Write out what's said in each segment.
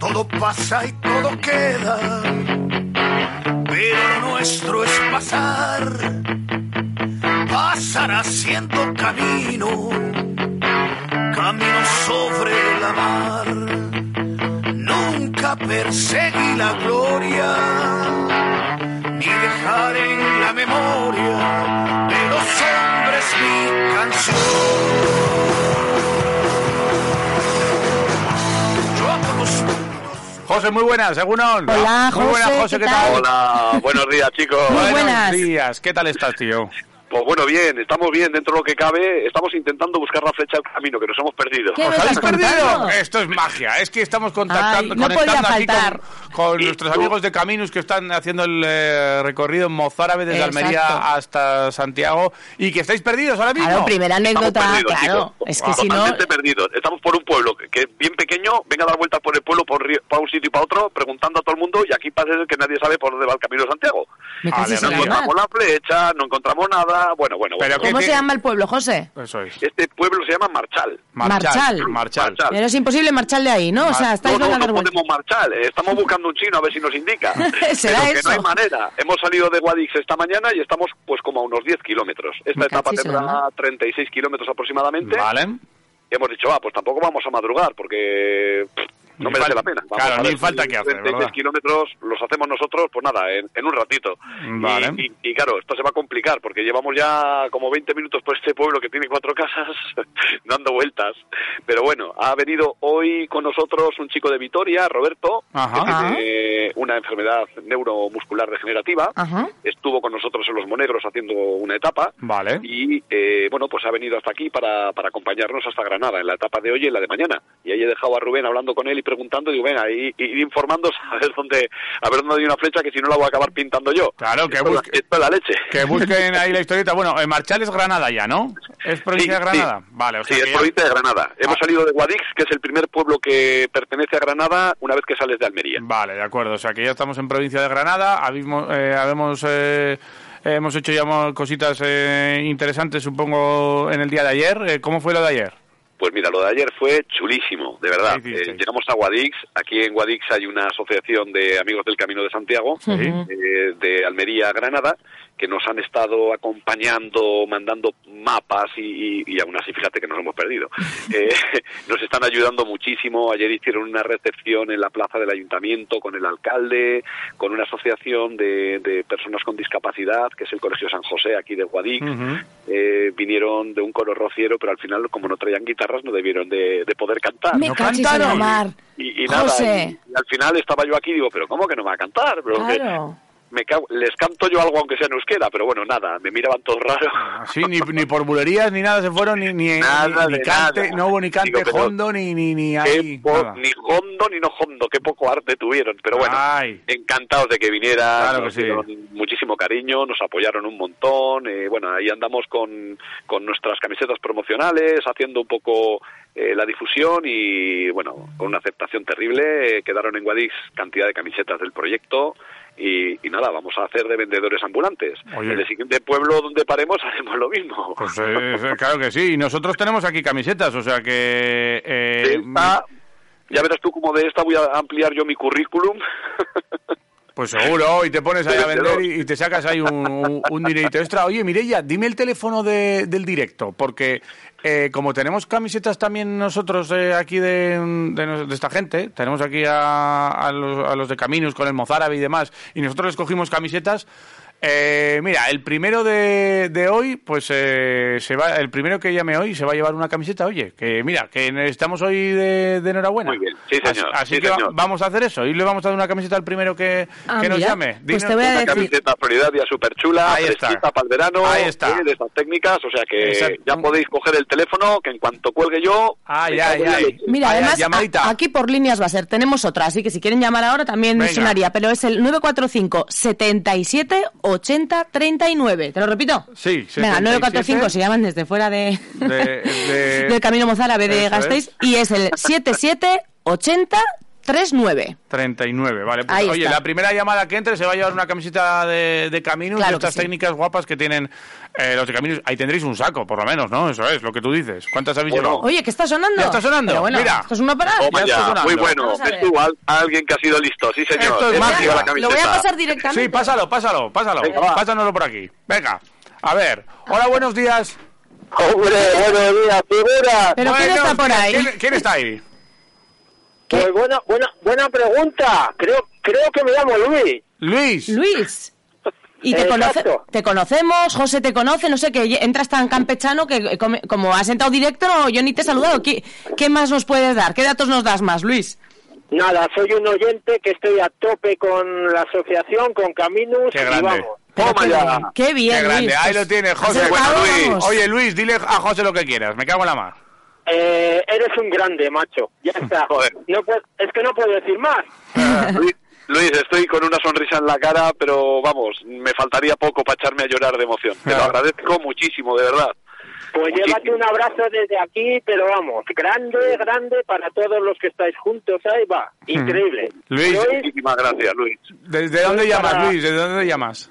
Todo pasa y todo queda, pero lo nuestro es pasar. Pasar haciendo camino, camino sobre la mar. Nunca perseguí la gloria, ni dejar en la memoria de los hombres mi canción. Yo a los José, muy buenas, Egunon. Hola, muy buenas, José, José, ¿qué ¿qué tal? tal? Hola, buenos días chicos. Muy Buenos buenas. días, ¿qué tal estás, tío? Pues bueno, bien, estamos bien dentro de lo que cabe. Estamos intentando buscar la flecha del camino que nos hemos perdido. ¿Qué ¿Os me habéis estás perdido? contando? Esto es magia, es que estamos contactando, Ay, no podía conectando aquí faltar. con, con Y nuestros tú. amigos de Caminus que están haciendo el eh, recorrido mozárabe desde Exacto. Almería hasta Santiago y que estáis perdidos ahora mismo. Claro, primera Estamos anécdota, perdidos, claro. chicos. Es que si no, Totalmente perdidos. Estamos por un pueblo que- que es bien pequeño, venga a dar vueltas por el pueblo, por, río- para un sitio y para otro, preguntando a todo el mundo, y aquí pasa que nadie sabe por dónde va el camino de Santiago. me casi Vale, se No Sí, la vamos. mar. encontramos la flecha, no encontramos nada. Bueno, bueno, Pero bueno. que- ¿Cómo que- se llama el pueblo, José? Eso es. Este pueblo se llama Marchal. Marchal. Marchal. Marchal. Pero es imposible marchar de ahí, ¿no? O sea, estáis no, van no, a dar no vueltas. podemos marchar. Eh, Estamos buscando un chino a ver si nos indica. Será Pero que eso. no hay manera. Hemos salido de Guadix esta mañana y estamos pues como a unos 10 kilómetros. Esta Me etapa cachis, tendrá ¿no? 36 kilómetros aproximadamente. Vale. Y hemos dicho, ah, pues tampoco vamos a madrugar porque pff, no Ni merece falta- la pena. Vamos claro, a ver ni falta que hacer, 36 ¿verdad? kilómetros los hacemos nosotros, pues nada, en, en un ratito. Y- Vale. Y, y claro, esto se va a complicar porque llevamos ya como 20 minutos por este pueblo que tiene cuatro casas dando vueltas. Pero bueno, ha venido hoy con nosotros un chico de Vitoria, Roberto, Ajá. Ah. que tiene una enfermedad neuromuscular degenerativa. Ajá. Estuvo con nosotros en Los Monegros haciendo una etapa. Ah. Vale. Y eh, bueno, pues ha venido hasta aquí para, para acompañarnos hasta Granada, en la etapa de hoy y en la de mañana. Y ahí he dejado a Rubén hablando con él y preguntando, digo, venga, y, y- ir informando a ver dónde, a ver dónde hay una flecha que si no la voy a acabar pintando yo. Claro, que Esto es la- busque- Esto es la leche. Que busquen ahí la historieta. Bueno, eh, Marchal es Granada ya, ¿no? ¿Es provincia Sí, de Granada? sí. Vale, o sea Sí, que es ya- provincia de Granada. Hemos Ah. salido de Guadix, que es el primer pueblo que pertenece a Granada una vez que sales de Almería. Vale, de acuerdo. O sea que ya estamos en provincia de Granada. Habimos, eh, habemos, eh, hemos hecho ya mo- cositas eh, interesantes, supongo, en el día de ayer. Eh, ¿Cómo fue lo de ayer? Pues mira, lo de ayer fue chulísimo, de verdad. ¿Qué hicisteis? Eh, llegamos a Guadix, aquí en Guadix hay una asociación de amigos del Camino de Santiago, eh, de Almería a Granada, que nos han estado acompañando, mandando mapas y, y- y aún así fíjate que nos hemos perdido. Eh, nos están ayudando muchísimo, ayer hicieron una recepción en la plaza del ayuntamiento con el alcalde, con una asociación de, de personas con discapacidad, que es el Colegio San José aquí de Guadix, eh, vinieron de un coro rociero, pero al final, como no traían guitarras, no debieron de, de poder cantar. Me no cachis en la cantaron. mar. Y, y nada, José. y- y al final estaba yo aquí y digo, pero ¿cómo que no va a cantar? Pero que- Claro. me cago- les canto yo algo aunque sea en euskera, pero bueno, nada, me miraban todos raros. Así, ni, ni por bulerías, ni nada se fueron, ni, ni, Nada ni- ni de cante, nada. no hubo ni cante Digo, pero- hondo, ni, ni, ni Qué ahí. po- nada. ni hondo ni no hondo, qué poco arte tuvieron, pero bueno, Ay. encantados de que viniera, Claro nos que sí. dieron muchísimo cariño, nos apoyaron un montón, eh, bueno, ahí andamos con, con nuestras camisetas promocionales, haciendo un poco eh, la difusión y bueno, con una aceptación terrible, eh, quedaron en Guadix cantidad de camisetas del proyecto. Y, y nada, vamos a hacer de vendedores ambulantes. Oye. En el siguiente pueblo donde paremos haremos lo mismo. Pues eh, eh, claro que sí. Y nosotros tenemos aquí camisetas, o sea que... eh, mm. De esta, ya verás tú como de esta voy a ampliar yo mi currículum. Pues seguro, y te pones ahí De a vender vendedor. y, y te sacas ahí un, un, un dinerito extra. Oye, Mireia, dime el teléfono de- del directo, porque eh, como tenemos camisetas también nosotros eh, aquí de, de nos- de esta gente, tenemos aquí a, a los, a los de Caminos con el Mozárabe y demás, y nosotros les cogimos camisetas, Eh, mira, el primero de, de hoy, pues eh, se va, el primero que llame hoy se va a llevar una camiseta, oye, que mira, que estamos hoy de, de enhorabuena. Muy bien, sí, señor, Así, así sí, que va- señor. vamos a hacer eso, y le vamos a dar una camiseta al primero que, Ah, que nos mira, llame. pues te voy a Una decir- camiseta solidaria súper chula, Ahí está. para el verano, Ahí está. eh, de esas técnicas, o sea que Exacto. ya podéis coger el teléfono, que en cuanto cuelgue yo... Ay, me ay, cago en la ay. leche. Mira, Vaya, además, llamadita. a- aquí por líneas va a ser. Tenemos otra, así que si quieren llamar ahora también Venga. sonaría. Pero es el 945-77-80-39. ¿Te lo repito? Sí, Venga, 77. 945, si llaman desde fuera de, De- de- del Camino Mozárabe de Eso Gasteiz. es. Y es el 77-80-39. 39, vale. Pues, Ahí oye, está. la primera llamada que entre se va a llevar una camiseta de, de Caminos, Claro de que estas sí. técnicas guapas que tienen eh, los de Caminos. Ahí tendréis un saco, por lo menos, ¿no? Eso es lo que tú dices. ¿Cuántas habéis Bueno. llevado? Oye, ¿qué está sonando? Ya está sonando, Pero bueno, mira. Esto es una parada. Oh, Ya vaya, está sonando. muy bueno, Vamos a ver. ves tú, al- alguien que ha sido listo, sí señor. Esto es Ese magia. lleva la Lo Lo voy a camiseta. pasar directamente. Sí, pásalo, pásalo, pásalo. Venga, va. Pásanoslo por aquí. Venga. A ver. Hola, buenos días. Hombre, buenos días, figura. Pero ¿quién Buenos está por días. ahí? ¿Quién, quién está ahí? Pues buena, buena, buena pregunta. Creo, creo que me llamo Luis. Luis. Luis. Y te, conoce- Exacto. te conocemos, José te conoce, no sé qué, entras tan campechano que eh, come- como has sentado directo, no, yo ni te he saludado. ¿Qué, qué más nos puedes dar? ¿Qué datos nos das más, Luis? Nada, soy un oyente que estoy a tope con la asociación, con Caminus Qué y grande. vamos. Toma ya. Qué bien, Qué grande. Luis. Ahí Pues, lo tienes, José. has Bueno, estado, Luis. vamos. Oye, Luis, dile a José lo que quieras. Me cago en la mar. Eh, eres un grande, macho. Ya está. Joder. No puedo- es que no puedo decir más. Luis, Luis, estoy con una sonrisa en la cara, pero vamos, me faltaría poco para echarme a llorar de emoción. Te lo Claro. agradezco muchísimo, de verdad. Pues Muchísimo. llévate un abrazo desde aquí, pero vamos, grande, grande para todos los que estáis juntos. Ahí va, increíble. Mm. Luis. Pues, Muchísimas gracias, Luis. ¿Desde dónde llamas, para- Luis? ¿Desde dónde llamas?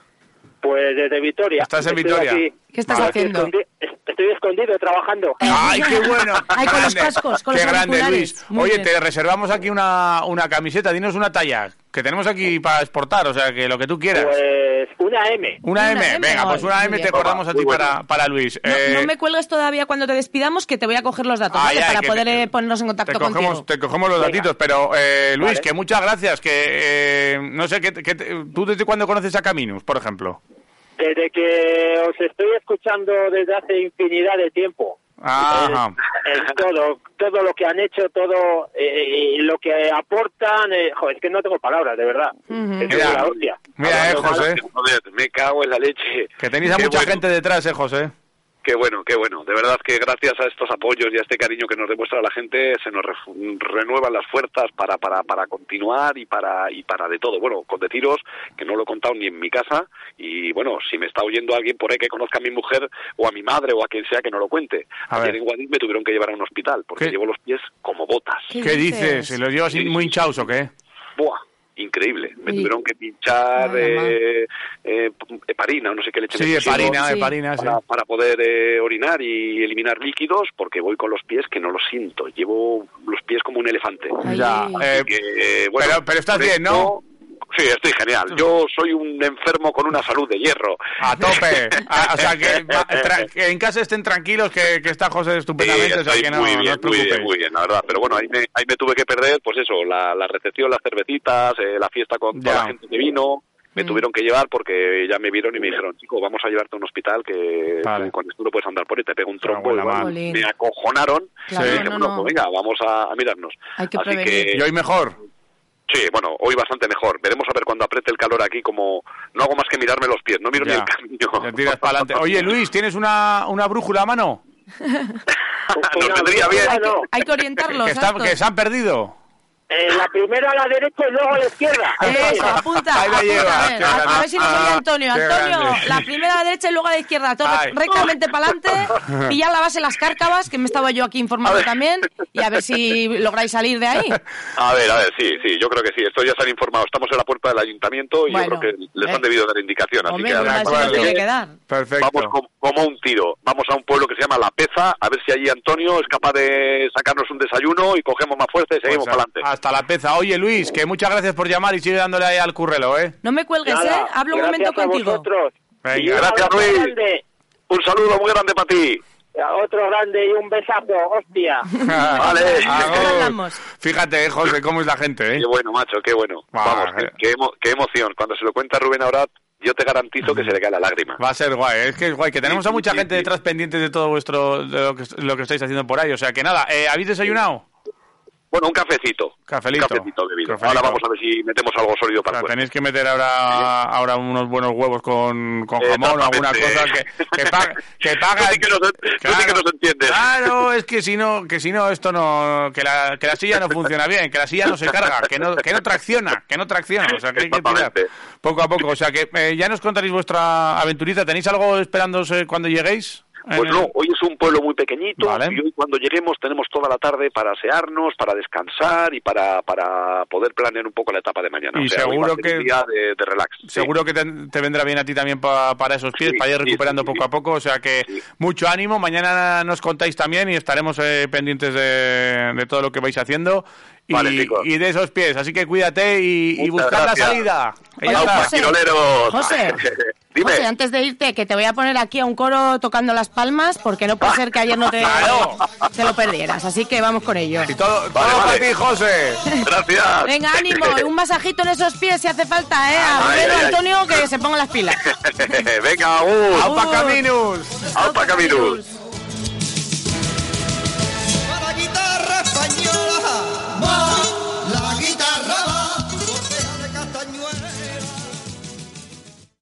Pues desde Vitoria. Estás en Estoy Vitoria. aquí. ¿Qué estás Estoy haciendo? escondi- Estoy escondido trabajando. ¡Ay, qué bueno! Eh, Ay, con los Grande. cascos, con los ¡Qué grande, auriculares. Luis! Muy Oye, bien. te reservamos aquí una, una camiseta. Dinos una talla que tenemos aquí para exportar, o sea, que lo que tú quieras. Pues una M. una, Una M. M, Venga, ay, pues una muy M te bien. acordamos a ti Muy bueno. para, para Luis. No, Eh, no me cuelgues todavía cuando te despidamos, que te voy a coger los datos, ay, ¿vale? ay, Para que poder te- eh, ponernos en contacto te cogemos, contigo. Te cogemos los datitos, pero eh, Luis, Vale. que muchas gracias. Que eh, no sé, que, que te- ¿tú desde cuándo conoces a Caminus, por ejemplo? Desde que os estoy escuchando desde hace infinidad de tiempo. Ajá. Eh, El- el todo, todo lo que han hecho, todo eh, y lo que aportan. eh, jo, es que no tengo palabras, de verdad. Es Mira, una hostia. Mira, eh, José, Joder, me cago en la leche. que tenéis a Qué mucha bueno. gente detrás, eh, José. Qué bueno, qué bueno. De verdad que gracias a estos apoyos y a este cariño que nos demuestra la gente, se nos re- renuevan las fuerzas para, para, para continuar y para, y para de todo. Bueno, con deciros que no lo he contado ni en mi casa y bueno, si me está oyendo alguien por ahí que conozca a mi mujer o a mi madre o a quien sea que no lo cuente. A Ayer ver. en Guadix me tuvieron que llevar a un hospital porque ¿Qué? llevo los pies como botas. ¿Qué ¿Qué dices? dices? ¿Se los llevas muy hinchados o qué? Buah, increíble. Me Uy. tuvieron que pinchar Madre eh, eh, heparina o no sé qué leche. Sí, me pusieron heparina, sí. heparina, Ah, sí. Para, para poder eh, orinar y eliminar líquidos porque voy con los pies que no los siento. Llevo los pies como un elefante. Ay. Ya, eh, Así que, bueno, pero- pero estás por bien, ¿no? esto- Sí, estoy genial. Yo soy un enfermo con una salud de hierro. A tope. A- o sea, que, va- tra- que en casa estén tranquilos, que, que está José Sí, estupendamente, o sea, estoy que no, muy, no bien, os muy bien, preocupéis. muy bien, la verdad. Pero bueno, ahí me, ahí me tuve que perder, pues eso, la, la recepción, las cervecitas, eh, la fiesta con toda Ya. Mm. la gente que vino. Me tuvieron que llevar porque ya me vieron y me dijeron, chico, vamos a llevarte a un hospital que Vale. tú con esto no puedes andar por ahí, te pega un Pero trombo. buena y bueno, madre. me acojonaron. Claro, y dije, no, bueno, no. pues venga, vamos a, a mirarnos. Hay que Así prevenir. que, Y hoy mejor. sí, bueno, hoy bastante mejor. Veremos a ver cuando apriete el calor aquí, como no hago más que mirarme los pies, no miro ni Ya. el camino. Te tiras para adelante. Oye, Luis, ¿tienes una, una brújula a mano? Nos Una- vendría bien. Ah, Hay que, no. hay que orientarlos. Que, está- exacto. que se han perdido. Eh, la primera a la derecha y luego a la izquierda. Eso, apunta, Ahí la apunta, lleva, a ver, qué a- grande. a ver si nos oye Antonio. Qué Antonio, grande. la primera a la derecha y luego a la izquierda. Todo Ay. rectamente para adelante, pillar la base de las cárcavas, que me estaba yo aquí informando también, y a ver si lográis salir de ahí. A ver, a ver, sí, sí, yo creo que sí. Esto ya se han informado. Estamos en la puerta del ayuntamiento y Bueno, yo creo que les eh. han debido dar indicación. Así Hombre, que a una ver, vez vamos se nos tiene que dar. Perfecto. como, como un tiro. Vamos a un pueblo que se llama La Peza, a ver si allí Antonio es capaz de sacarnos un desayuno y cogemos más fuerza y Pues, seguimos para adelante. hasta la peza. Oye, Luis, que muchas gracias por llamar y sigue dándole ahí al currelo, ¿eh? No me cuelgues, ¿eh? Nada, Hablo un gracias momento a contigo. vosotros. Venga. Y un Gracias, abrazo Luis. grande, Un saludo muy grande para ti. Otro grande y un besazo, hostia. Vale. Agur. hablamos. Fíjate, eh, José, cómo es la gente, ¿eh? Qué bueno, macho, qué bueno. Buah, Vamos, eh. qué, qué emo- qué emoción. Cuando se lo cuenta Rubén ahora, yo te garantizo que se le cae la lágrima. Va a ser guay, es que es guay, que tenemos a mucha gente detrás pendiente de todo vuestro, de lo que, lo que estáis haciendo por ahí. O sea que nada, eh, ¿habéis desayunado? Bueno, un cafecito. Cafelito. Un cafecito bebido. Cafelito. Ahora vamos a ver si metemos algo sólido O sea, para el tenéis que meter ahora, ahora unos buenos huevos con, con Eh, jamón o alguna totalmente. cosa que, que paga. Que paga Tú sí que nos- tú sí que nos entiendes. Claro, es que si no, que si no esto no, que la, que la silla no funciona bien, que la silla no se carga, que no, que no tracciona, que no tracciona. O sea, que hay que tirar Exactamente. poco a poco. O sea, que eh, ya nos contaréis vuestra aventurita. ¿Tenéis algo esperándose cuando lleguéis? Pues Eh, no, hoy es un pueblo muy pequeñito Vale. y hoy cuando lleguemos tenemos toda la tarde para asearnos, para descansar y para, para poder planear un poco la etapa de mañana. Y O sea, hoy seguro va a ser un que- día de, de relax. sí. Seguro que te, te vendrá bien a ti también pa- para esos pies, Sí, para ir sí, recuperando sí, poco sí. a poco. O sea que mucho ánimo. Mañana nos contáis también y estaremos eh, pendientes de, de todo lo que vais haciendo y, Vale, chicos. y de esos pies. Así que cuídate y, y Muchas buscad la gracias. salida. Que ya Oye, está. ¡Vamos, José. quiroleros! José. Dime. José, antes de irte, que te voy a poner aquí a un coro tocando las palmas, porque no puede ser que ayer no te, Claro. te lo perdieras. Así que vamos con ello. Y todo, todo Vale, para vale. ti, José. Gracias. Venga, ánimo, un masajito en esos pies si hace falta, ¿eh? A Ay, Pedro ay, ay. Antonio que se ponga las pilas. Venga, aún. ¡Aupa Caminus! ¡Aupa, Caminus!